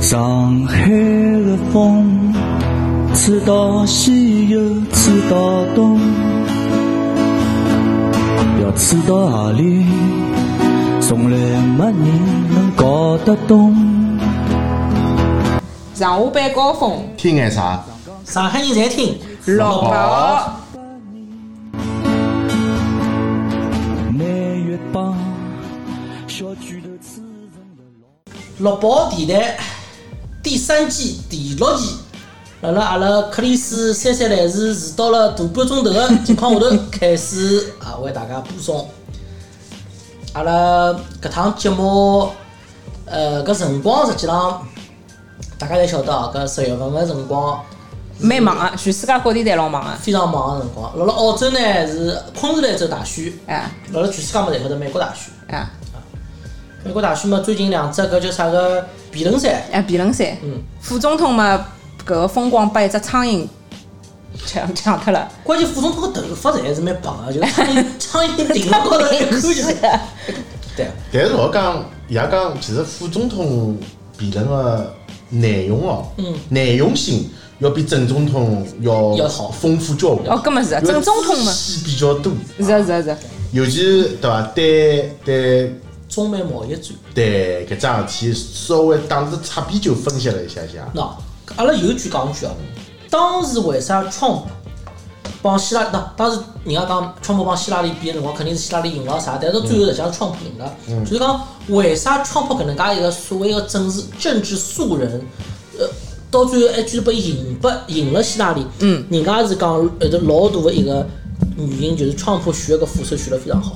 上海的风，吹到西又吹到东，要吹到何里，从来没人能搞得懂。上下班高峰，听眼啥？上海人侪听，六老婆南粤帮，小拳头刺成个老。六宝电台第三季第六期，辣辣阿拉克里斯姗姗来迟迟到了大半钟头的情况下头，开始啊为大家播送。阿拉搿趟节目，呃，搿辰光实际上大家侪晓得啊，搿十月份个辰光蛮忙啊，全世界各地侪老忙啊，非常忙个辰光。辣辣澳洲呢是昆士兰州大选，哎辣辣全世界嘛侪晓得美国大选。哎美国大选嘛，最近两只搿叫啥个辩论赛，哎，辩论赛，嗯，副总统嘛，搿个风光被一只苍蝇抢抢脱了，关键副总统个头发侪是蛮白个，就是苍蝇苍蝇顶了高头一看就是。对，但是我讲，也讲，其实副总统辩论个内容哦，内容性要比正总统要要好丰富交关。哦搿么是啊因为正总统嘛信息比较多，是啊是啊是啊，尤其对伐？对对中美贸易战，对，搿桩事体稍微当着擦边球分析了一下下。喏，阿拉有句讲句哦，当时为啥川普帮希拉？那当时人家讲川普帮希拉里比的辰光，肯定是希拉里赢了啥，但是最后实际上川普赢了。就是讲为啥川普搿能介一个所谓个政治政治素人，呃，到最后还居然被赢不赢了希拉里？嗯，人家是讲后头老大的一个原因就是川普选个副手选得非常好。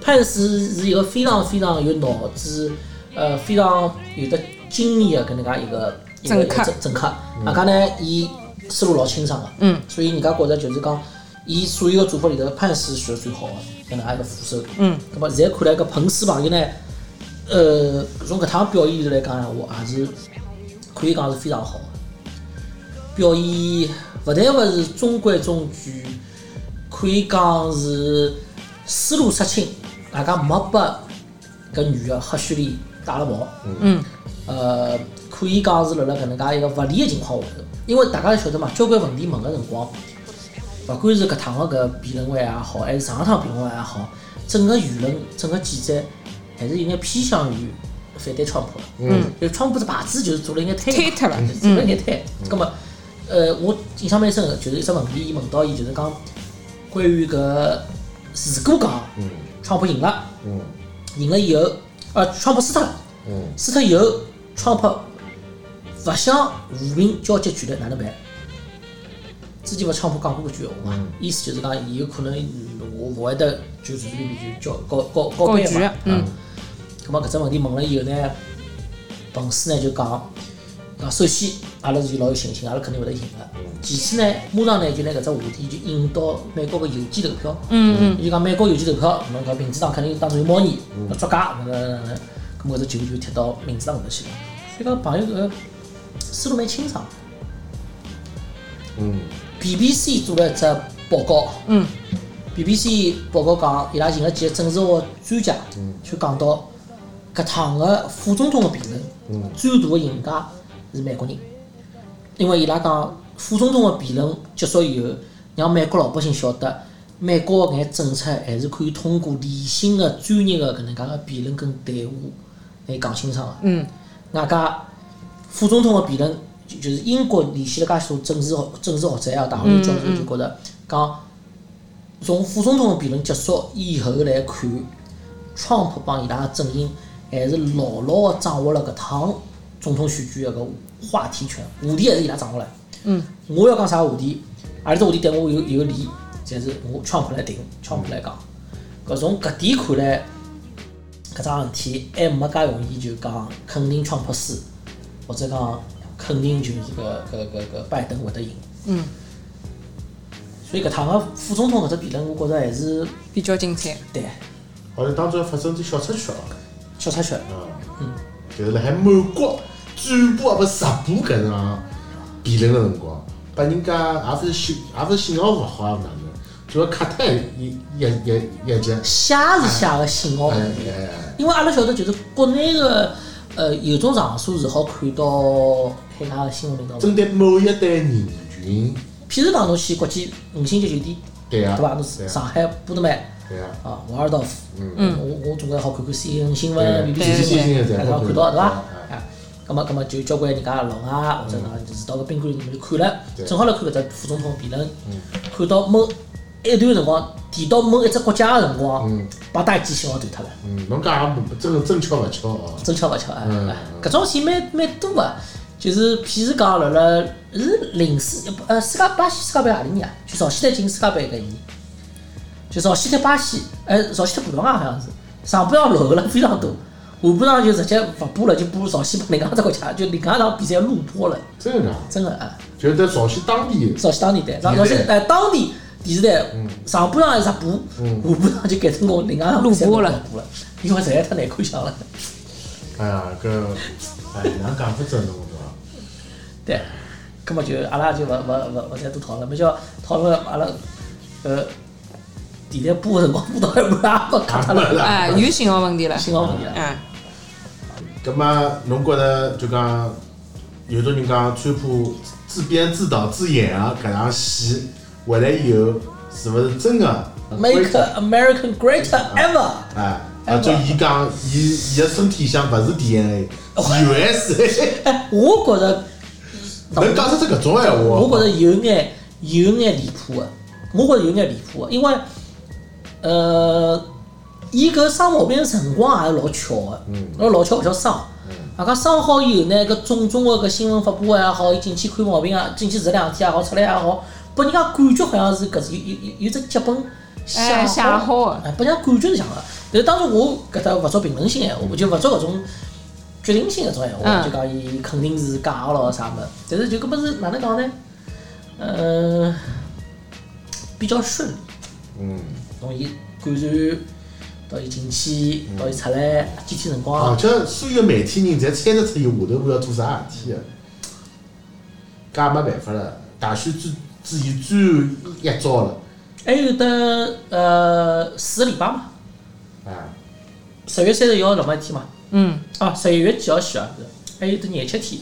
潘斯是一个非常非常有脑子，呃，非常有得经啊验的搿能介一个一个政客一个政客。外加呢，伊思路老清爽个，嗯，所以人家觉着就是讲，伊所有个做法里头，潘斯选最好个，搿能介一个副手。嗯，那么现在看来，搿彭斯朋友呢，呃，从搿趟表演里头来讲呢，我也是可以讲是非常好的。表演勿但勿是中规中矩，可以讲是思路杀青，大家没把搿女的黑须里打了跑。嗯，呃，可以讲是辣辣搿能介一个勿利的情况下头，因为大家晓得嘛，交关问题问个辰光，勿管是搿趟个搿辩论会也好，还是上一趟辩论会也好，整个舆论、整个记者还是有眼偏向于反对川普了。嗯，就川普这牌子就是做了一眼推推脱了做了一眼推。葛末，呃，我印象蛮深个，就是一只问题，伊问到伊就是讲关于搿如果讲川普赢了，嗯赢了以后，呃，川普输脱了。嗯，斯特以后，川普勿想和平交接权力，哪能办？之前勿川普讲过搿句闲话嘛，意思就是讲，伊有可能我勿会得就随随便便就交告告告高别局嘛。，嗯，咁啊么搿只问题问了以后呢，彭斯呢就讲，讲首先阿拉是老有信心，阿拉肯定会得赢的。其次呢，马上呢就拿搿只话题就引到美国个邮寄投票。嗯嗯。伊就讲美国邮寄投票，侬讲民主党肯定当中有猫腻，要作嗯假，哪能哪能，咁么搿只球就踢到民主党搿搭去了。所以讲朋友搿个思路蛮清爽。嗯。 BBC 做了一只报告，嗯，BBC 报告讲，伊拉寻了几个政治学专家，就讲到搿趟个副总统个辩论，最大个赢家是美国人，因为伊拉讲副总统个辩论结束以后，让美国老百姓晓得。美国个眼政策还是可以通过理性个、专业个搿能介个辩论跟谈话来讲清爽个。嗯，外加副总统个辩论，就就是英国联系了介许多政治学政治学者啊、大学教授就觉着讲，从副总统个辩论结束以后来看，川普帮伊拉个阵营还是牢牢个掌握了搿趟总统选举个搿话题权，话题还是伊拉掌握了。嗯，我要讲啥话题，阿里只话题对我有有利，侪是我川普来定，川普来讲。搿从搿点看来，搿桩事体还没介容易就讲肯定川普输，或者讲肯定就是搿搿搿搿拜登会得赢。嗯。所以搿趟个副总统搿只辩论，我觉着还是比较精彩，对好像当中还发生点小插曲哦。小插曲。嗯，就是辣海满国转播也勿直播搿场辩论个辰光，把人家也勿是信，也勿是信号勿好啊，哪能，就要卡脱一一一一节。写是写个信号哎问题，哎，因为阿拉晓得就是国内个呃，有种场所是好看到海外的新闻领导。针对某一对人群，譬如讲，侬去国际五星级酒店，对啊，对伐？侬对上啊，海波特曼对啊，啊，瓦尔道夫，嗯我我总归好看看 CNN 新对啊闻、对信 BBC 息对性的大在家看到对伐？啊哎，咁么咁啊么就有交关人家老外或者哪就是到个宾馆里面就看了，对正好来看搿只副总统辩论，看到某一段辰光提到某一只国家个辰光嗯，把大记信号断脱了，嗯，侬讲也真个真巧勿巧哦，真巧勿巧啊！嗯哎搿种事体蛮蛮多个，就是譬如讲辣辣是零四呃世界巴西世界杯何里年啊？就朝鲜队进世界杯搿一年，就朝鲜队巴西，呃朝鲜队葡萄牙好像是上半场落后了非常多，下半场就直接勿播了，就播朝鲜帮另外一只国家，就另外一场比赛录播了，真个啊，真个啊！就在朝鲜当地，朝鲜当地队，朝电视鲜台呃当地电视台嗯上半场还是直播，下半场就改成我另外一场比赛录播录了播了，因为实在太难看相了，哎呀，搿，哎，哪能讲法子侬对伐？对，根本就阿拉就勿勿勿勿再多讨论，没叫讨论阿拉呃电台播的辰光播到一半也勿讲脱啊了，哎，有信号问题了，信号问题了。哎，葛末侬觉着就讲，有种人讲川普自编自导自演啊，搿场戏回来以后，是勿是真个 Make America Great Ever，哎，啊，就伊讲，伊伊个身体里向勿是 DNA，是哦 USA， 哎，我觉着能讲出只搿种闲话，我觉着有眼有眼离谱的，我觉着有眼离谱的，因为呃，伊搿生毛病的辰光也是老巧的，老老巧勿巧生。啊，搿生好以后呢，搿种种的搿新闻发布也好，伊进去看毛病啊，进去治两天也好，出来也好，拨人家感觉好像是搿是有有有有只脚本哎写好的的，哎，拨人家感觉是像个。但是当时我搿搭勿做评论性闲话，我就勿做搿种决定性搿种闲话，嗯就讲伊肯定是假个咯啥物事。但是就搿么是哪能讲呢？呃，比较顺利，嗯，从伊感染到伊进去，到伊出来几天辰而光，且所有媒体人侪猜得出伊下头会要做啥事体个，搿也没办法了，大选只只有最后一招了，还有得呃四个礼拜嘛，啊，十月三十一号礼拜天嘛，嗯，啊十一月几号去啊？还有得廿七天，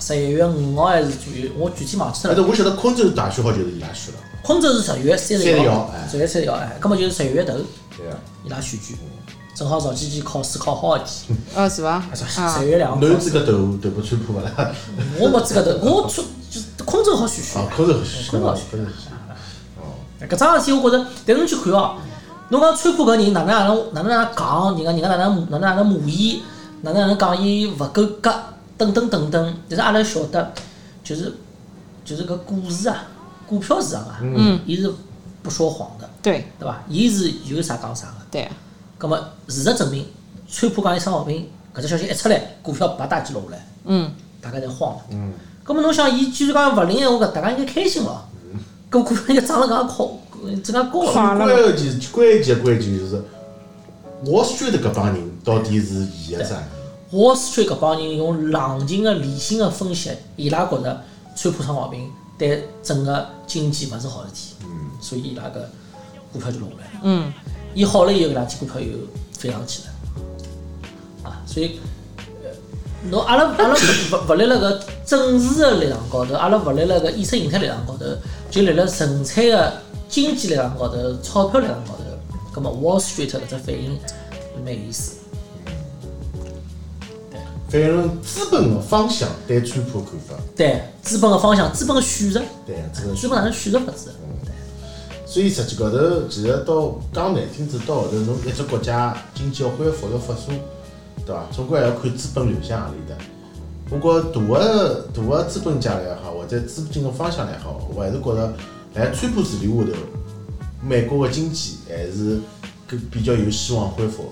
十一月五号还是左右，我具体忘记脱但了是。我晓得昆州大选好就是伊拉选了，昆州是十月三十一号31，哎十月三十一号，哎，根本就是十一月头对啊，伊拉选举，正好早几期考试考好一天，哦是伐？啊十，月两号侬有考资试，格投投拨川普勿啦？我没资格头，我出就是昆州好选选啊，，昆州选，昆州好昆选州选。选，搿桩事体我觉着，但是侬去看哦，侬讲川普搿人哪能哪能哪能哪能讲，人家人家哪能哪能哪能骂伊，哪能哪能讲伊勿够格，等等等等，但是阿拉晓得，就是就是搿股市啊，股票市场啊，嗯伊是不说谎的，对对伐？伊是有啥讲啥个。对，咁么事实证明，川普讲伊生毛病，搿只消息一出来，股票啪嗒几落下来，嗯，大家侪慌了。嗯，咁么侬想，伊居然讲勿灵闲话，搿大家应该开心咯。搿股票应该涨了搿样高，这样高了。好关键关键关键就是，我选的搿帮人到底是伊个啥人？ Wall Street 搿帮人用冷静个、理性个分析，伊拉觉着川普生毛病对整个经济勿是好事体，所以伊拉搿股票就落下来了。嗯，伊好了以后，搿两天股票又飞上去了，啊，所以呃侬阿拉阿拉勿勿勿立辣搿政治个立场高头，阿拉勿立辣搿意识形态立场高头，就立辣纯粹个经济立场高头、钞票立场高头，葛末 Wall Street 搿只反应蛮有意思。反映资本个方向对川普看法，对，资本个方向，资本个选择，嗯对，啊这个资本哪能选择法子？所以实际高头，其实到讲难听点，到后头侬一只国家经济要恢复要复苏，对伐？总归还要看资本流向何里搭。不过大个大个资本家来也好，或者资金个方向来也好，我还是觉着辣川普治理下头，美国个经济还是更比较有希望恢复的。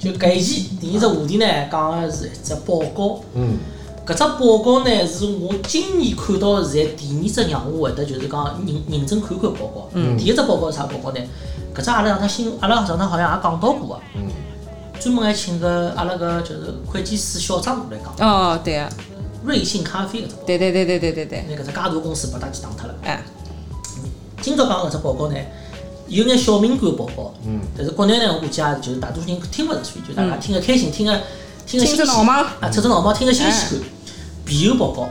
就搿一期第一只话题呢，讲的是一只报告。嗯搿只报告呢，是我今年看到现在第二只让我会得就是讲认认真看看报告。第一只报告是啥报告呢？搿只阿拉上趟新，阿拉上趟好像也讲到过啊。嗯，专门还请个阿拉个就是会计师小张来讲，哦，对啊，瑞幸咖啡搿只报告，对对对对对对对，那搿只家族公司把大家打脱了。哎，今朝讲搿只报告呢，有眼小敏感报告，嗯，但是国内呢，我估计啊，就是大多数人听勿入去，就大家听个开心，听个听个听着新鲜闹哎忙啊，扯着脑毛听个新鲜感。皮尤报告，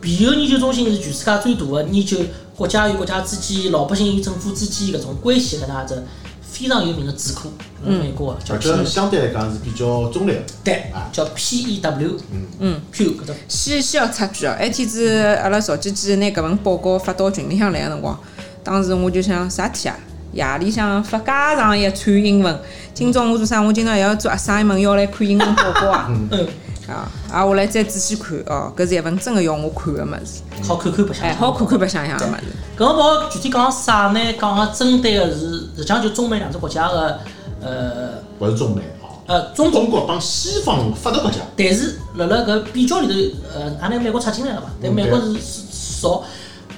皮尤研究中心是全世界最大的研究国家与国家之间、老百姓与政府之间搿种关系搿能介只非常有名的智库，嗯美国的叫而且 P，相对来讲是比较中立的。对啊，叫 PEW，嗯，Q 搿只先先要插句哦，埃天子阿拉早几天拿搿份报告发到群里向来个辰光，当时我就想啥体啊？夜里向发介长一串英文，今朝我做啥？我今朝也要做 assignment，要来看英文报告啊！嗯，啊，啊，我来再仔细看哦，搿是一份真个要我看个物事，好看看白相哎，相。好看看白相相个物事。搿个报告具体讲啥呢？讲个针对个是，实际上就中美两只国家个，呃不是中美啊，呃，中国。中国帮西方发达国家，但是辣辣搿比较里头，呃，也拿美国插进来了嘛，但嗯美国是少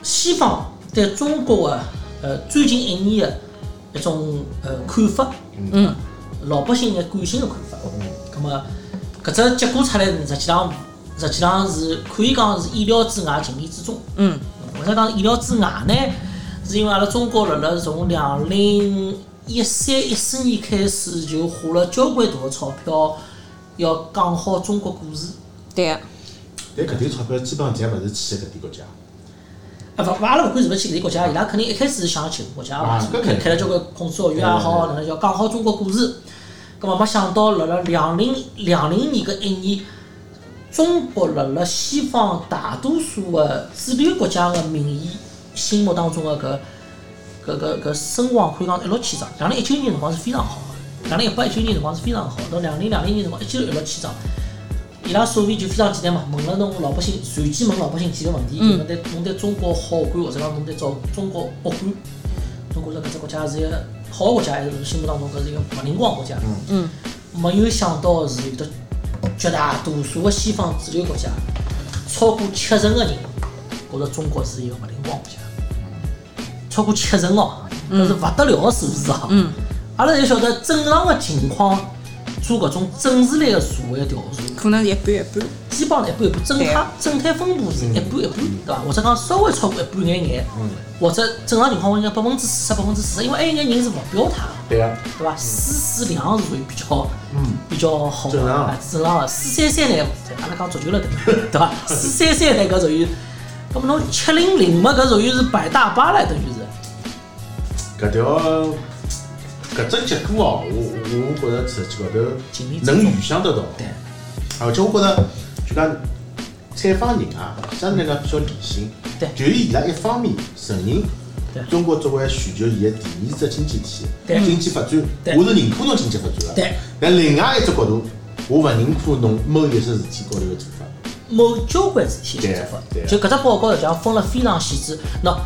西方对中国个呃最近一年个一种呃看法，嗯，老百姓个感性个看法。咁么搿只结果出来，实际上实际上是可以讲是意料之外，情理之中。嗯，为啥讲意料之外呢？是因为阿拉中国辣辣啊从两零一三一四年开始就花了交关大个钞票，要讲好中国故事。对啊个，但搿点钞票基本上侪勿是去搿点国家。啊，勿勿，阿拉勿管是勿是去搿些国家，伊拉肯定一开始是想去搿国家嘛啊，搿肯开定开了交关孔子学院也好，哪能叫讲好中国故事。葛末没想到辣辣两零两零年搿一年，中国辣辣西方大多数个主流国家个民意心目当中个搿搿搿搿声望可以讲一落千丈。两零一九年辰光是非常好个，两零一八一九年辰光是非常好，到两零两零年辰光一记头一落千丈。伊拉所谓就非常简单嘛，问了侬老百姓，随机问老百姓几个问题，就侬对侬对中国好感，或者讲侬对中中国恶感，侬觉着搿只国家是一个好个国家，还是侬心目当中搿是一个勿灵光个国家？嗯，没有想到是有得绝大多数个西方主流国家，超过七成个人觉着中国是一个勿灵光国家，超过七成哦，搿是勿得了个数字啊！嗯，阿拉侪晓得正常个情况，做搿种政治类个社会调查。可能是一半一半。基本上是一半一半，正态正态分布嗯是一半一半，对伐？或者讲稍微超过一半眼眼，或者正常情况下百分之四十、百分之四十，因为还有眼人是勿表态的，对啊，对伐？四四两是属于比较比较好正的，常啊正常的。四三三呢，阿拉讲足球了，对 伐对伐？四三三呢，搿属于，搿么侬七零零嘛，搿属于是摆大巴了，等于是。搿条搿只结果哦，我我觉着实际高情理头之中能预想得到。对，而且我觉着就讲采访人啊，相对来讲比较理性。对就是伊拉一方面承认对中国作为全球伊个第二只经济体，对经济发展，对我是认可侬经济发展了。对，但另外一只角度，我勿认可侬某一些事体高头个做法。某交关事体的做法对。对就搿只报告实际上分了非常细致。喏，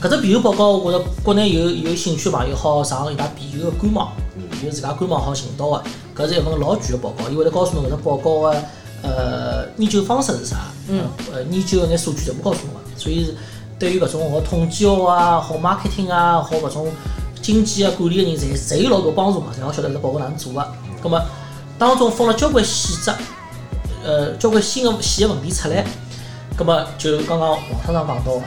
搿只皮尤报告，我觉着国内有有兴趣朋友好上伊拉皮尤个官网，嗯有自家官网好寻到个。搿是一份老全个报告，伊会得告诉侬搿只报告个呃研究方式是啥，嗯，呃研究个眼数据全部告诉侬个。所以是对于搿种学统计学啊、学 marketing 啊、学搿种经济啊管理个人，侪侪有老大帮助嘛，侪要晓得搿只报告哪能做个。嗯葛末当中分了交关细节。呃交关新个细个问题出来，葛么就刚刚王厂长讲到个，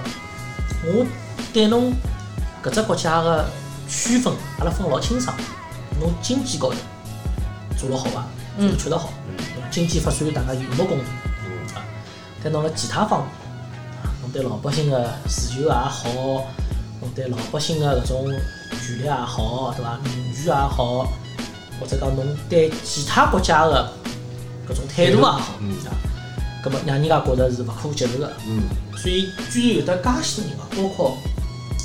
我对侬搿只国家个区分，阿拉分得老清爽，侬经济高头做了好伐？做得确实好，经济发展大家有目共睹。啊但侬辣其他方面，啊侬对老百姓个自由也好，侬对老百姓个搿种权利也好，对伐？民权也好，或者讲侬对其他国家个搿种态度也好，嗯啊，葛末让人家觉着是勿可接受个。嗯，所以居然有得介许多人啊，包括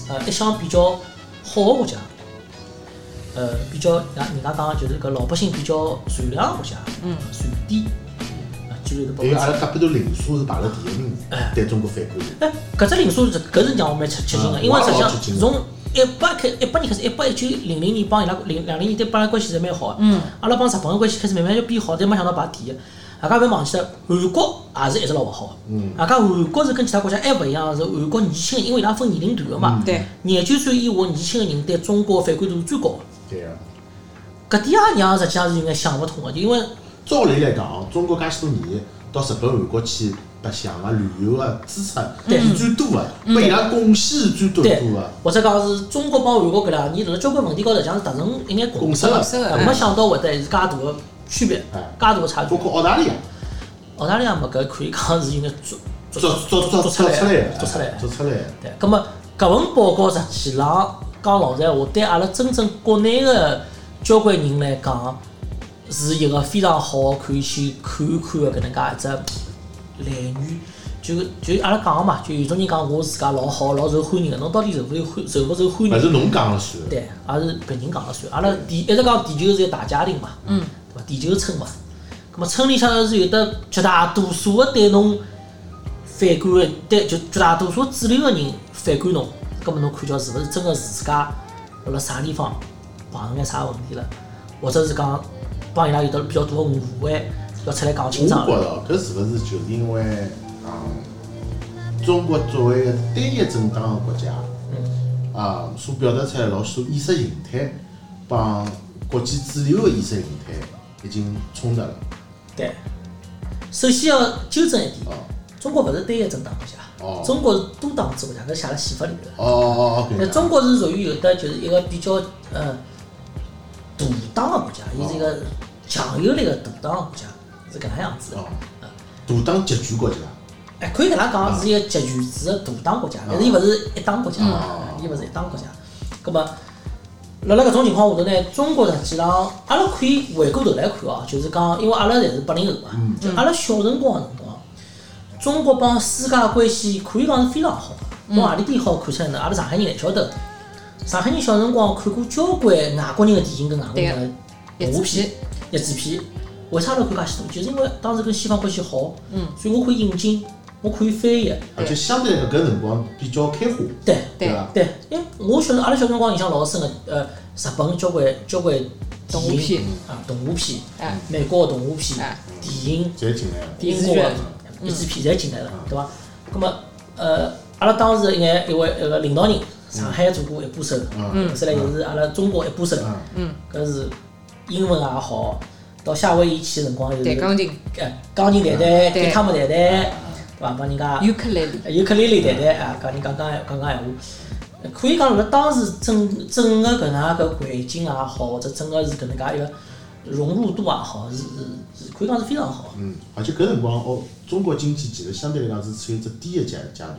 呃一向比较好个国家，呃比较人人家讲的就是搿老百姓比较善良个国家，嗯，瑞典，啊，居然有得包因为阿括。拉隔壁头邻舍是排了第一名，对中国反感的。哎，搿只零数字搿是让我蛮吃吃惊个，嗯因我为也实际老吃惊上的从一八开一八年开始，一八一九零零年帮伊拉零两零年对帮伊拉关系是蛮好。嗯。阿拉帮日本的关系开始慢慢就变好，但没想到排第一。大家勿要忘记了，韩国也是一直老勿好。嗯。大家韩国是跟其他国家还勿一样，是韩国年轻人，因为伊拉分年龄段个嗯嘛。对。廿九岁以下年轻人对中国反感度最高。对啊。搿点也让实际上是有眼想勿通个，就因为照理来讲，中国介许多年到日本、韩国去白相个旅游个支出对嗯是最多个，拨伊拉贡献是最多多对个。，或者讲是中国帮韩国搿两年辣辣交关问题高头，实际上是达成一眼共识共了识了，没想到会得是介大个区别，介哎大个差距啊包。括澳大利亚，澳大利亚嘛，搿可以讲是有眼做做做做做出出来来个，做出来哎做出来个。对，葛末搿份报告实际上讲老实闲话，对阿拉真正国内个交关人来讲，是一个非常好可以去看一看个搿能介一只来源。就就阿拉讲个嘛，就有种人讲我自家老好，老受欢迎个，侬到底受勿受欢受勿受欢迎勿？是侬讲了算，对，也是别人讲了算。阿拉地一直讲地球是一个大家庭嘛，嗯，对伐？地球村嘛，葛么村里向要是有得绝大多数个对侬反感个，对就绝大多数主流个人反感侬，葛么侬看叫是勿是真个是自家辣辣啥地方碰上眼啥问题了，或者是讲帮伊拉有得比较大个误会，要出来讲我清觉爽了。着搿是勿是就是因为嗯，中国作为一个单一政党个国家，嗯啊，所表达出来老许多意识形态帮国际主流个意识形态已经冲突了对，首先要纠正一点，啊。中国勿是单一政党国家，哦中国是多党制国家，搿写辣宪法里头。哦哦哦，那搿中国是属于有的就是一个比较呃独当的国家，伊是一个强有力的独当的国家，是搿能样子的。哦，大党集权国家，哎，可以搿能讲，是一个集权制的独当国家，但是伊勿是一党国家嘛哦，伊勿是一党国家。葛么，辣辣搿种情况下头呢，中国实际上阿拉可以回过头来看哦，就是讲，因为阿拉侪是八零后嘛，就阿拉小辰光个辰光，中国帮世界关系可以讲是非常好的。往何里边好看出来呢？阿拉上海人侪晓得，上海人小辰光看过交关外国人的电影跟外国人的对动画译制片片、译制片。为啥要看介许多？就是因为当时跟西方关系好，嗯，所以我可以引进，我可以翻译，而且相对来讲搿辰光比较开化，对对伐？对，因为我小阿拉小辰光印象老深个，呃，日本交关交关动画电影片啊，动画片，哎，美国个动画片哎，电影侪进来了。电视英国剧的一支片侪进来了，对伐？那么，呃，阿拉当时一眼一位一个领导人，上海做过一把手，嗯后来又是阿拉中国一把手，嗯搿是英文也好，到夏威夷去的辰光又弹是钢琴、哎钢琴弹弹，对吉他嘛弹弹，对伐？帮人家尤克里里，尤克里里弹弹啊，讲人讲讲讲讲闲话，呃可以讲辣当时整整个搿能介搿环境也好，或者整个是搿能介一个融入度也好，是是是可以讲是非常好。嗯，而且搿辰光哦，中国经济其实相对来讲是处于一只低个阶阶段了，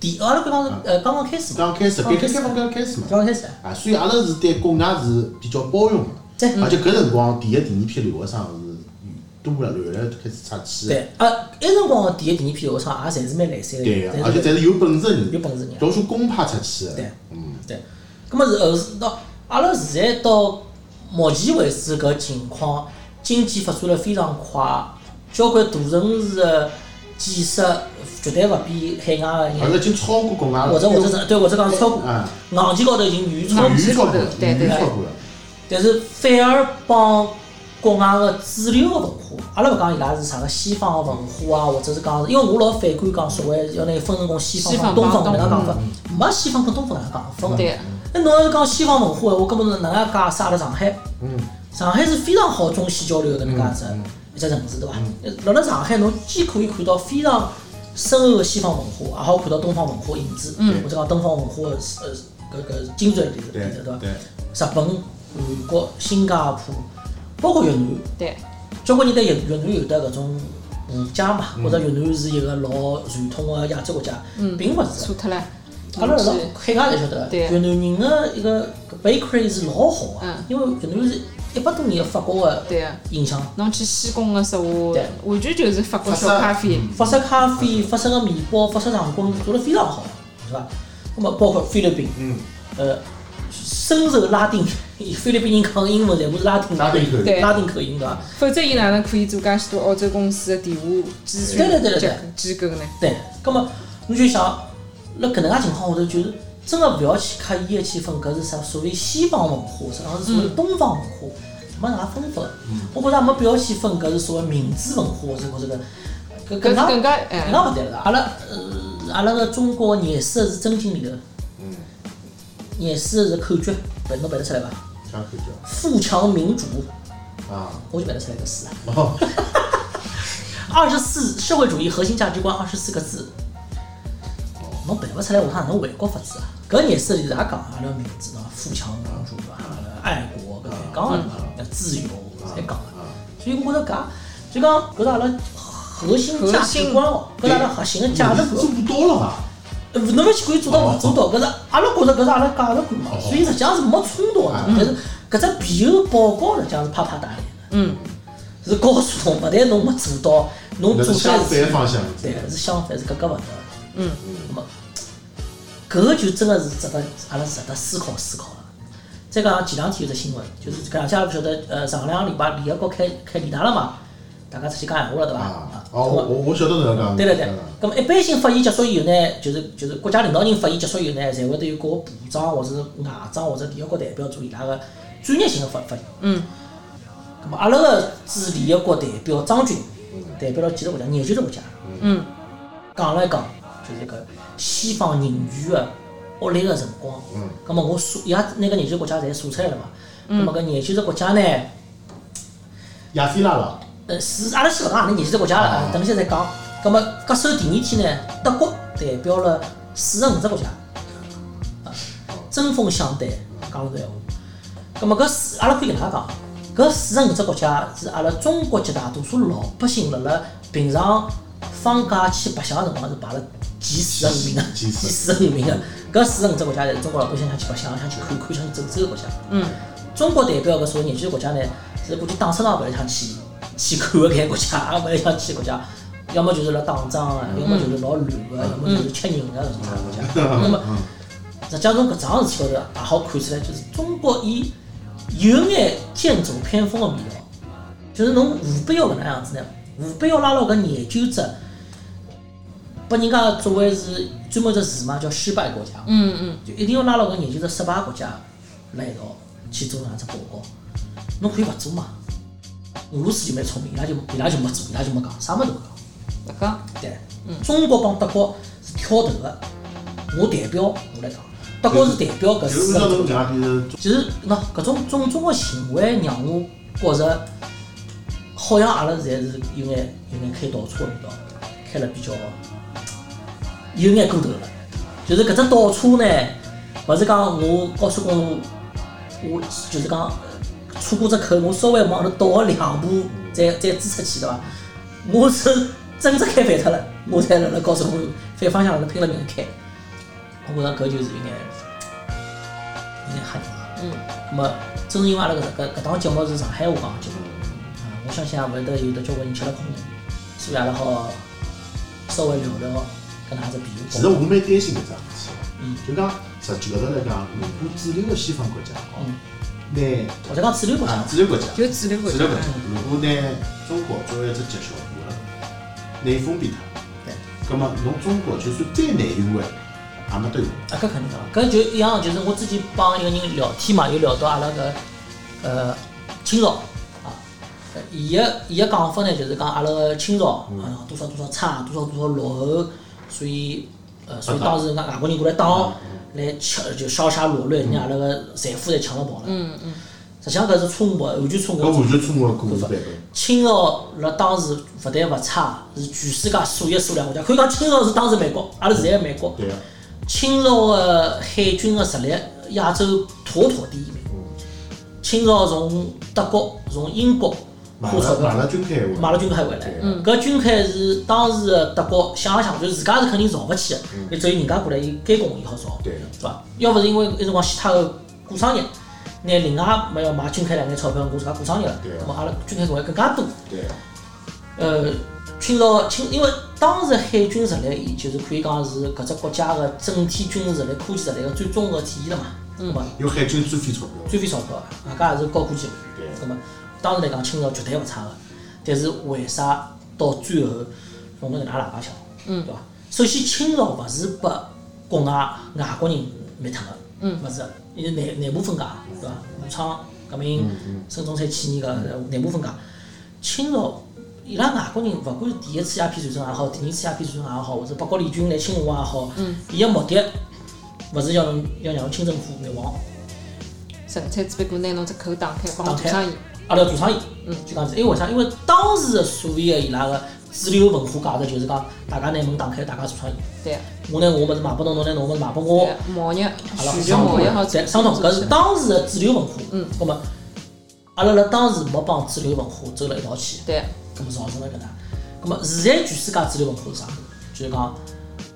第阿拉搿讲是呃刚刚开始嘛，啊刚开始刚改开革始开放刚开始嘛，刚刚开始啊，啊，所以阿拉是对国外是比较包容对的，而且搿辰光第一、第二批留学生是多了，然后开始出去，对，呃，埃辰光个第一、第二批流畅也侪是蛮来三个，对侪是而且侪是有本事的人，有本事的人老许公派出去对的，嗯，对，咁么是后是到阿拉现在到目前为止搿情况，经济发展了非常快，交关大城市个建设绝对勿比海外而个且已经超过国外了，或者或者是对或者讲超过啊，硬件高头已经远超过嗯，远超过了，对对远超过了，但是反而帮国外个主流个文化，阿拉勿讲伊拉是啥个西方个文化啊，或者是讲是，因为我老反感讲所谓要拿分成讲西西方方帮东方搿帮能介讲法，没西方跟东方搿能介讲法。对，那侬要是讲西方文化，我根本哪能介解释阿拉上海？嗯，上海是非常好中西交流的搿能介一只一只城市，对伐？辣辣上海，侬既可以看到非常深厚的西方文化，也好看到东方文化影子，或者讲东方文化的呃搿搿精髓里头，对里头对对伐？日本、韩国、新加坡，包括越南，对，交关人对越越南有得搿种误解嘛，嗯或者越南是一个老传统的亚洲国家，并勿是。错脱了，阿拉辣嗯是海外侪晓得，对越南人个一个 bakery 是老好个嗯，因为越南是一百多年个法国个对啊，影响，侬去西贡个说对嗯话，完全就是法国小法式咖啡，法式咖啡、嗯法式个面包、法式糖果做得非常好，是伐？那么包括菲律宾，嗯，呃，深受拉丁，菲律宾人讲英文全部是拉丁拉丁口音对拉丁口音对伐？否则伊哪能可以做介许多澳洲公司个电话咨询对对对对对机构呢？对，葛么侬就想，辣搿能介情况下头，就是真个勿要去刻意的去分，搿是啥所谓西方文化，实际上是所谓嗯东方文化，没哪分法。我觉着也没必要去分，搿是所谓民族文化，或者搿这个，搿搿是更加搿哎，能勿对了。阿拉呃，阿拉个中国颜色是真经理的，嗯颜色是口诀，背侬背得出来伐？啥口叫富强民主，啊？我就背得出来搿四啊。 哦，二十四社会主义核心价值观二十四个字，侬背勿出来，下趟侬回国法子啊？搿颜色就是也讲阿拉名字喏，富强民主啊，爱国搿侪讲了对伐？要自由啊侪讲了，所以我觉着搿啊就讲搿是阿拉核心价值观哦，搿是阿拉核心的价值你观做。不到了吧？呃侬勿去可以做到勿做到，搿是阿拉觉着搿是阿拉价值观嘛，所以实际上是没冲突的，但是搿只皮尤报告实际上是啪啪打脸的，嗯，是告诉侬，勿但侬没做到，侬那做是出相来的反事情的方向。啊对，是相反，是格格勿入。嗯，那么，搿个就真个是值得阿拉值得思考思考了。再讲前两天有只新闻，就是搿两天阿拉勿晓得，呃，上两个礼拜联合国开开联大了嘛，大家出去讲闲话了，对伐？啊，那哦，么我我我晓得侬要讲。对对对嗯，咁么一般性发言结束以后呢，就是就是国家领导人发言结束以后呢，侪会得有各个部长或者是外长或者联合国代表做伊拉个专业性的发发言。嗯。咁么阿拉个驻联合国代表张军，嗯代表了几个国家，廿九个国家。嗯。讲了一讲，就是搿西方人权个恶劣个辰光。嗯。咁么我数，伊拉那个廿九个国家侪数出来了嘛。咁么搿廿九个国家呢？亚非拉了，呃，是阿拉先勿讲阿拉廿几个国家了，啊啊等歇再讲。葛么，搿首第二天呢，德国代表了四十五只国家，啊，针锋相对，讲了搿闲话。葛么，搿四阿拉可以搿能介讲，搿四十五只国家是阿拉中国绝大多数老百姓辣辣平常放假去白相个辰光是排了前四十五名个，前前四四 十五名个。搿四十五只国家侪是中国老百姓想去白相、想去看看、想去走走个国家。嗯，中国代表搿所谓廿几个国家呢，是估计打仗也勿来想去去看搿眼国家， 也勿来想去国家，要么就是辣打仗啊，要么就是老乱个，要么就是吃人啊搿种啥国家。那么，实际上从搿桩事体高头也好看出来，就是中国伊有眼剑走偏锋个味道，就是侬何必要搿能样子呢？何必要拉牢搿研究者，把人家作为是专门只词嘛，叫失败国家。嗯嗯，就一定要拉牢搿研究只失败国家来一道去做哪只报告，侬可以勿做嘛。俄罗斯就蛮聪明，伊拉就伊拉就没做，伊拉就没讲，啥物事都没讲。勿讲，对，中国帮德国是挑头个，我代表我来讲，德国呃是代表搿就四是个按照侬国搿家。样就是其实喏，搿种种种个行为让我觉着，好像阿拉现在是有眼有眼开倒车的味道，开了比较有眼过头了。就是搿只倒车呢，勿是讲我高速公路，我就是讲呃错过只口，我稍微往后头倒了两步，再再支出去对伐？我是真正开反脱了，我才辣辣高速公路反方向辣辣拼了命开。我觉着搿就是有眼有眼吓人啊。嗯，那么，正是因为阿拉搿搿搿档节目是上海话讲节目，啊，我相信也勿会得有得交关人吃了空头，所以阿拉好稍微聊聊搿能介只比喻。其实我蛮担心搿只事嗯体，就讲实际高头来讲，如果主流个西方国家哦，嗯，拿或者讲主流国家啊，主流国家，就主流国主家流国家，如果拿中国作为一只极小国了，拿封闭它对，葛么侬中国就算再难用哎，也没得用。啊，搿肯定个，搿就一样，就是我之前帮一个人聊天嘛，有聊到阿拉搿呃清朝啊，呃伊个伊个讲法呢，就是讲阿拉个清朝嗯啊多少多少差，多少多少落后，所以呃，所以当时人家外国人过来打，嗯来抢就烧杀掳掠，人家阿拉个财富侪抢了跑了。嗯嗯，实际上搿是错误的，完全错误搿的。完全错误个故事版本。清朝辣当时勿但勿差，是全世界数一数两国家，可以讲清朝是当时美国，阿拉现在美国。对个，清朝的海军的实力，亚洲妥妥第一名。清朝从德国、从英国买花钞了票买了军配话，买了军舰回来对。搿军舰是当时的德国想也想勿到，就是自家是肯定造勿起的，也只有人家过来伊监工伊好造，嗯对是伐？要勿是因为一辰光其他个过商业，拿另外没要买军舰两眼钞票，我自家过商业了对，啊那么阿拉军舰会更加多。对个，呃，清朝清，因为当时海军实力，伊就是可以讲是搿只国家个整体军事实力、科技实力个最终个体现了嘛，对伐？有海军最费钞票。最费钞票，外啊加也是高科技嘛对。那么当时来讲，清朝绝对勿差个，但是为啥到最后弄得搿能介喇叭腔？嗯，对伐？首先，清朝勿是拨国外外国人蛮烫个，嗯，物事，伊是内内部分家，对伐？武昌革命、孙中山起义个呃内部分家。清朝伊拉外国人，勿管是第一次鸦片战争也好，第二次鸦片战争也好，或者八国联军来侵华也好，伊个目的勿是要侬要让清政府灭亡，纯粹只不过拿侬只口打开，帮打侬开做生意。阿拉要做生意，嗯，就讲是，因为为啥？因为当时的所谓的伊拉个主流文化价值就是讲，大家拿门打开，大家做生意。对，我拿我物事卖拨侬，侬拿侬物事卖拨我，贸易阿拉全球贸易好对，相同，搿是当时的主流文化。嗯，葛末阿拉辣当时没帮主流文化走辣一道去，对，葛末造成了搿能。葛末现在全世界主流文化是啥？就是讲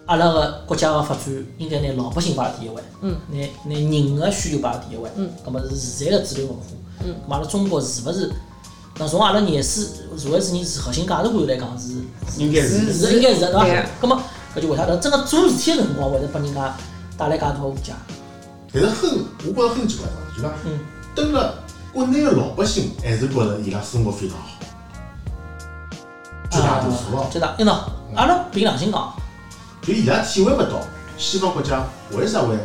阿拉个国家个发展应该拿老百姓摆辣第一位，嗯，拿拿人个需求摆辣第一位，嗯，葛末是现在个主流文化，嗯，葛末阿拉中国是勿是？那从阿拉廿四社会主义是核心价值观来讲是应该是是是应该是的对对伐啊？葛么搿就为啥呢？真个做事体个辰光会得拨人家带来介多误解？但是很，我觉着很奇怪的，就讲嗯，蹲辣国内的老百姓还是觉着伊拉生活非常好，绝大多数哦，啊绝大，因喏，阿拉凭良心讲，就伊拉体会勿到西方国家为啥会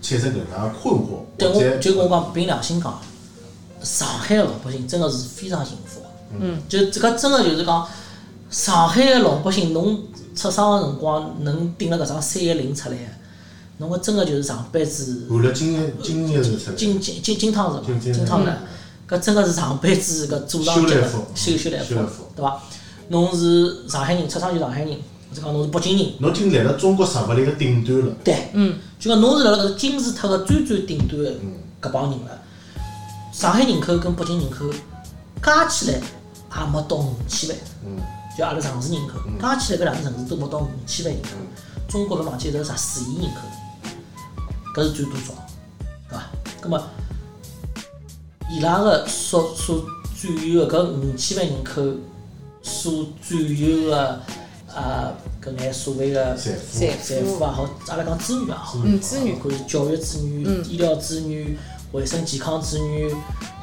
产生搿能样的困惑，对或者我就跟我讲凭良心讲，上海个老百姓真个是非常幸福。嗯，就这个真个就是讲，上海个老百姓，侬出生个辰光能顶了搿张三一零出来，侬个真个就是上辈子含了经验经验是出来，金金金金汤是嗯金嘛？金金汤的，搿真个是上辈子搿祖上修积来累福修修来福修来福，对伐？侬是上海人，出生就上海人，或者讲侬是北京人，侬已经来到中国食物链的顶端了，对，嗯，就讲侬是辣辣搿金字塔个最最顶端的搿帮人了。上海人口跟北京人口加起来也没到五千万，嗯，就阿拉城市人口加起来搿两个城市都没到五千万人口。中国辣忘记头十四亿人口，搿是占多少，对伐？葛末伊拉个所所占有的搿五千万人口所占有的呃搿眼所谓的财富财财富富也，好，阿拉讲资源也好，嗯，资源包，括教育资嗯源、医疗资源、卫生健康资源、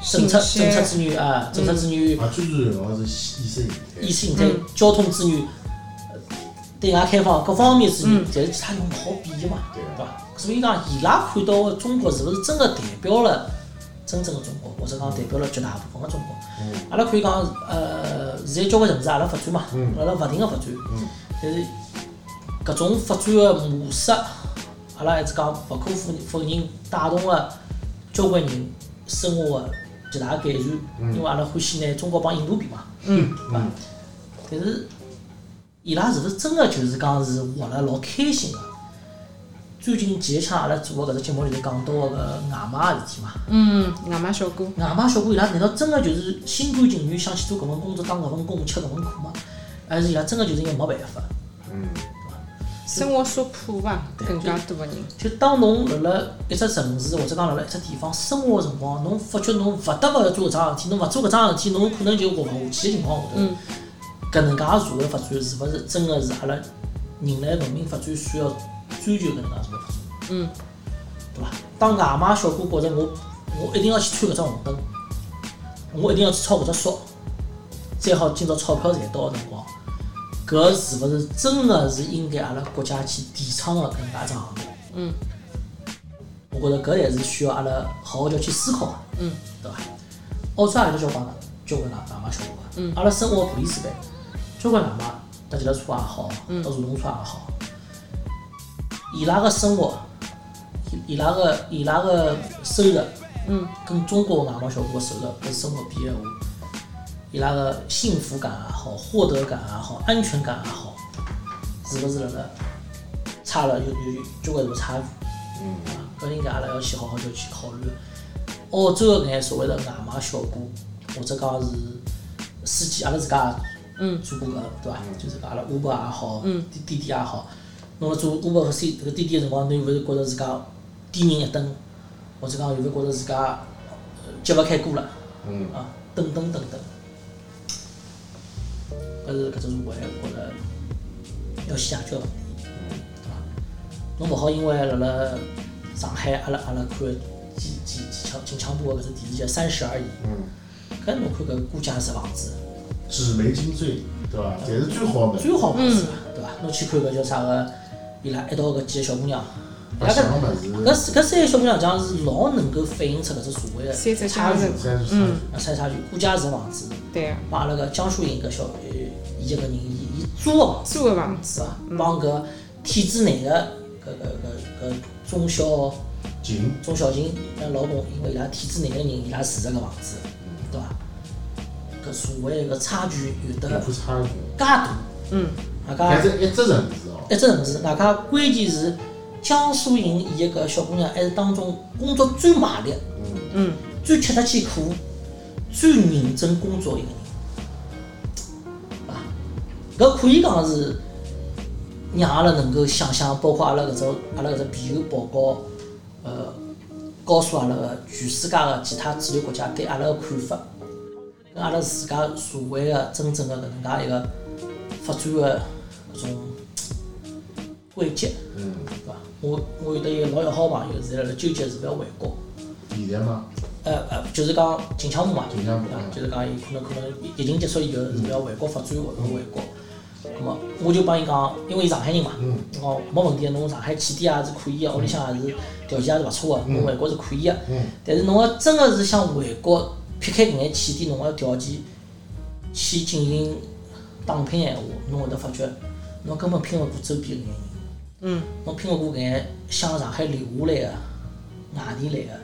政策信息政策资源啊，政策资源、啊，最重要的是意识形态意。识形态、交通资源、呃对外开放各方面资源，侪是其他人勿好比的嘛，对对伐？所以讲，伊拉看到的中国是勿是真的代表了真正的中国，或者讲代表了绝大部分的中国？阿拉可以讲，呃，现在交关城市阿拉发展嘛，阿拉勿停个发展，但是搿种发展的模式，阿拉还是讲勿可否否认带动了交关人生活的极大的改善，因为阿拉欢喜拿中国帮印度比嘛，嗯，对伐？但是伊拉是勿是真个就是讲是活了老开心个？最近前一腔阿拉做个搿只节目里头讲到个搿外卖个事体嘛，嗯，外卖小哥，外卖小哥伊拉难道真个就是心甘情愿想去做搿份工作，打搿份工，吃搿份苦吗？还是伊拉真个就是因为没办法？生活所迫伐，更加多个人，就当侬辣辣一只城市或者讲辣辣一只地方生活个辰光，侬发觉侬勿得勿要做搿桩事体，侬勿做搿桩事体，侬可能就活勿下去个情况下头，搿能介个社会发展是勿是真个是阿拉人类文明发展需要追求搿能介社会发展？嗯，对伐？当外卖小哥觉着我我一定要去穿搿只红灯，我一定要去抄搿只宿，再好今朝钞票赚到个辰光，搿是勿是真个是应该阿拉国家去提倡个搿能介一只行业？我觉着搿也是需要阿拉好好叫去思考的，嗯，对伐？澳洲也有交关交关外外卖小哥，嗯，阿拉生活普利斯班，交关外卖搭脚踏车也好，搭助动车也好，伊拉个生活，伊伊拉个伊拉个收入，嗯，跟中国外卖小哥个收入跟生活比闲话，伊拉个幸福感也好，获得感也好，安全感也好，是勿是辣辣差了有有有交关大差距？搿应该阿拉要去好好叫去考虑。澳洲搿眼所谓的外卖小哥，或者讲是司机，阿拉自家也做过搿，对伐？就是讲阿拉 Uber 也好，滴滴滴也好，侬辣做 Uber 和 C 搿个滴滴个辰光，侬有勿是觉着自家低人一等，或者讲有勿觉着自家呃揭勿开锅了？嗯啊，等等等等，搿是搿只是我还觉着要去解决个问题。侬勿好因为辣辣上海阿拉阿拉看几几几强近腔部个搿只电视剧《三十而已》，嗯搿侬看搿估价是房子纸媒精粹，对伐？才是嗯最好的。嗯啊最好房子，对伐？侬去看搿叫啥个，伊拉一道搿几个小姑娘，白相个物搿事，四搿三个小姑娘讲是老能够反映出搿只社会三只的小差姑距娘，三十嗯三，啊，差差距。估计也是房子，对啊，帮阿拉搿江疏影搿小呃伊一个人，伊伊租个房子租个房子，是伐？帮搿体制内的搿搿搿搿中小近钟小琴，那老公因为伊拉体制内个人，伊拉住着个房子，对伐？搿社会个差距有得有介可差距。大，啊嗯，外但加是一只城市哦，一只城市，外加关键是江疏影伊一个小姑娘还是当中工作最卖力、嗯，最吃得起苦、最认真工作一个人，啊，搿可以讲是让阿拉能够想象，包括阿拉搿只阿拉搿只皮尤报告，呃，告诉阿拉个全世界个其他主流国家对阿拉个看法，跟阿拉自家社会个真正个搿能介一个发展个搿种轨迹，嗯，对伐？我我有得一个老要好个朋友，现在辣辣纠结是勿要回国。现在嘛，呃呃，就是讲近腔部嘛，近腔部啊嗯就是讲伊可能可能疫情结束以后是不是要回国发展或者回国，那么我就帮伊讲，因为伊上海人嘛，嗯我讲没问题的，侬上海起点也是可以啊的，屋里向也是条件也是勿错的，啊侬回国是可以的嗯，但是侬要真个是想回国撇开搿眼起点，侬个条件去进行打拼的闲话，侬会得发觉侬根本拼勿过周边搿眼人，嗯，侬拼勿过搿眼想上海留下来的外地来的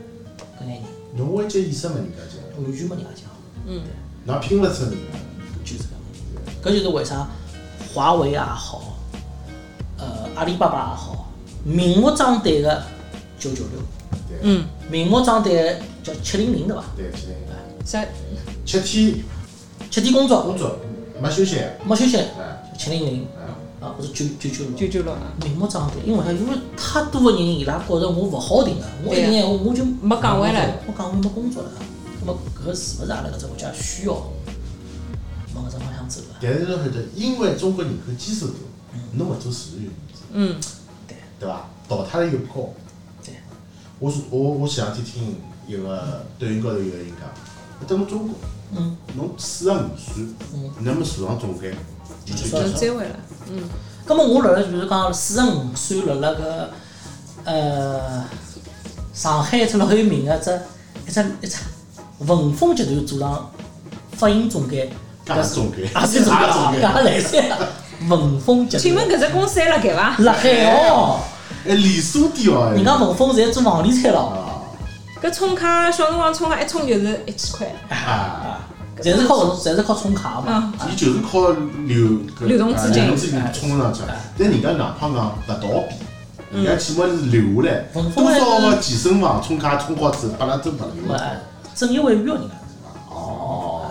搿眼人。侬会接意识没人家讲，完全没人家讲，㑚拼勿出人就是搿样。搿就是为啥华为也好，呃，阿里巴巴也好，明目张胆的九九六，对，嗯，明目张胆的叫七零零对伐？对，现在啥七天七天工作工作没休息，啊没休息，哎，七零零哎，啊，或者九九九九六。九六，啊明目张胆，因为啥？因为太多的人伊拉觉着我勿好定个，我一定闲话我就没岗位了，我岗位没工作了，那么搿是勿是阿拉搿只国家需要往搿只方向走个？但是侬晓得，因为中国人口基数大，侬勿做自然有人做，嗯，对对伐？淘汰率又高。对，我是我我前两天听一个抖音高头有个人讲，我等侬中国，嗯。侬四十五岁嗯，能么坐上总监，就结束就了结束再会了，嗯，咁么我辣辣就是讲四十五岁辣辣个呃上海一只老有名个只一只一只文峰集团做上发行总监，也是总监，也是总也监，监，也来三个文峰集请问团。搿只公司还辣盖伐？辣海哦，哎，连锁店哦，哎人家文峰侪做房地产了，啊搿充卡小辰光充卡一充就是一千块，啊，侪是靠侪是靠充卡嘛。嗯，伊就是靠流搿流动资金啊流动资金冲上去哎，但人家哪怕讲勿倒闭，人家起码是留下来，嗯多少个健身房冲卡冲好之后，把拉都勿留咁了。啊，正因为要人家。嗯哦，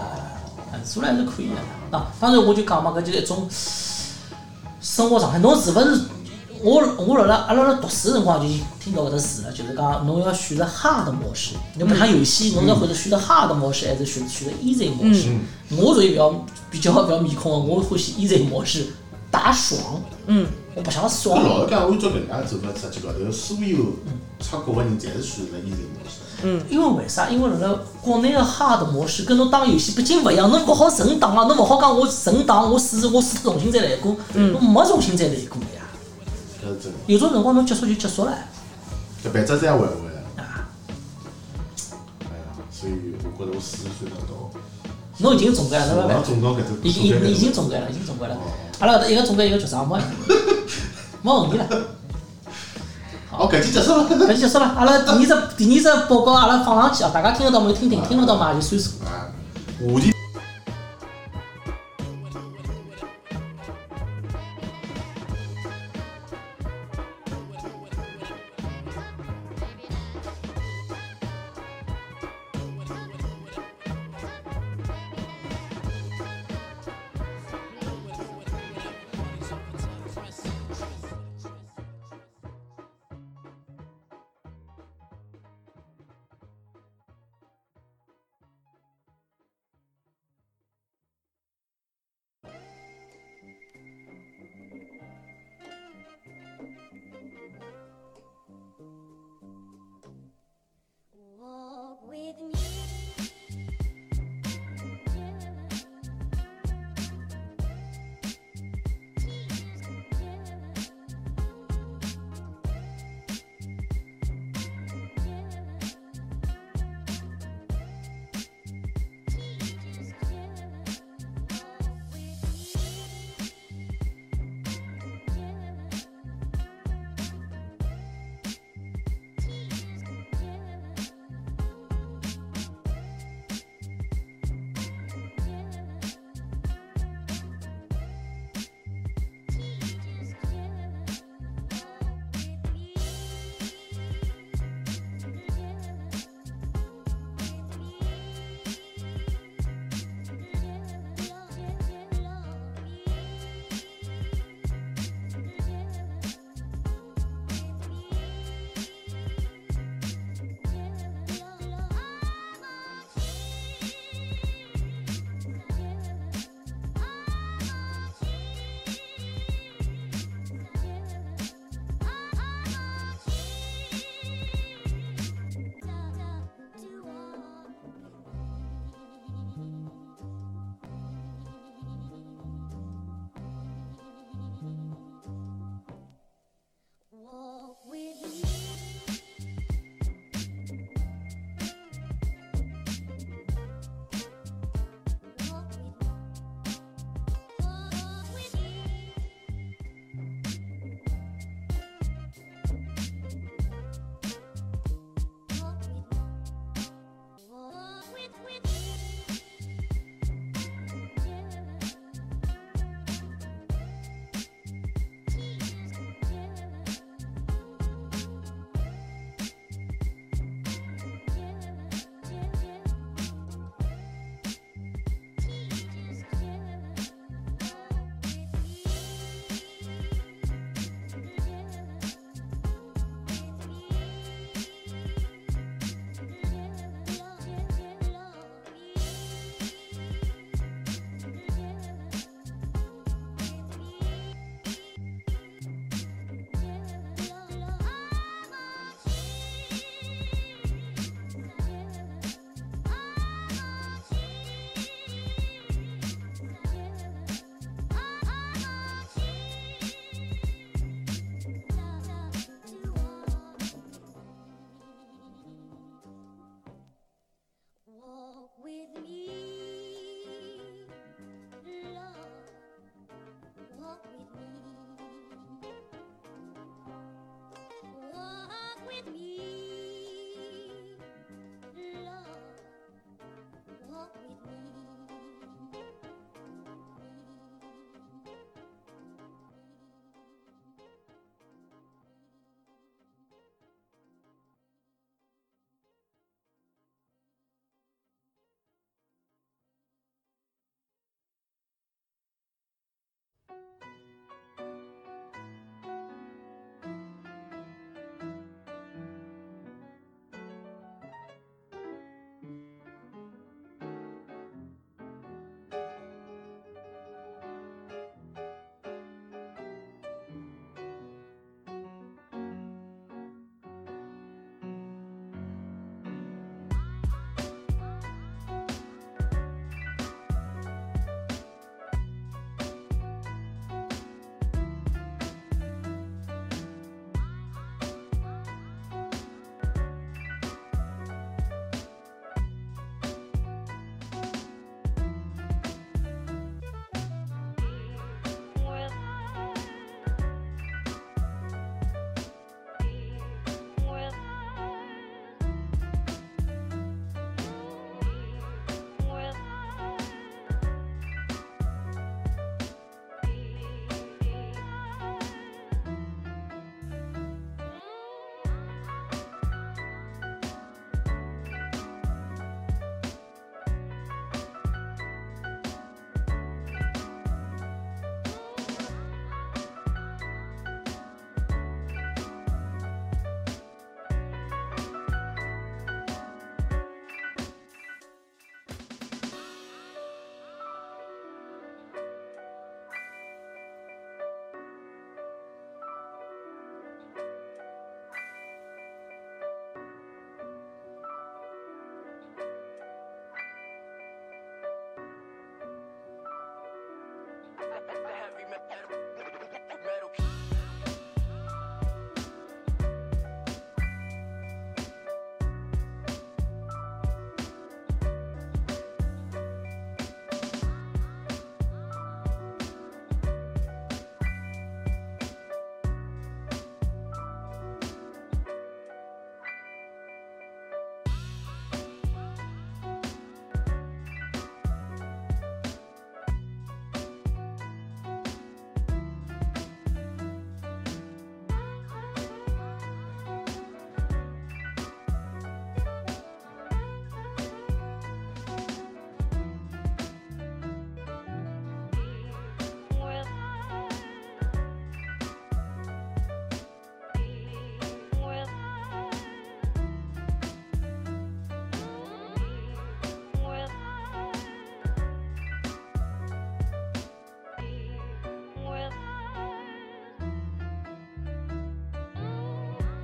哎，做了还是可以的。那当然我就讲嘛，搿就是一种生活状态。侬是勿是我我辣辣阿拉辣读书的辰光就听到搿只词了，就是讲侬要选择 hard 的模式。侬白相游戏，侬是或者选择 hard 的模式，还是选选择 easy E 模式？我属于比较比较比较面孔的，我欢喜 easy 模式，打爽。嗯，我白相我爽。老实讲，按照搿能介做法，实际高头所有嗯出国个人侪是选择伊这模式。因为为啥？因为辣辣国内个 hard 模式跟侬打游戏毕竟勿一样，侬勿好存档啊，侬勿好讲我存档，我试试我试重新再来过，侬没重新再来过呀。搿是真的，有种辰光侬结束就结束了。搿办只再回回来。啊，哎呀，所以我觉着我四十岁到到，侬已经啊总结了，我侬要勿总到搿只，已经已已经总结了，已经总结了。阿拉搿搭一个总结一个局长，没 没问题了。哦，搿天结束 了。搿就结束了。阿哦拉第二只第二只报告阿拉放上去啊，大家听得到没？听听听勿到嘛就算数。啊，话题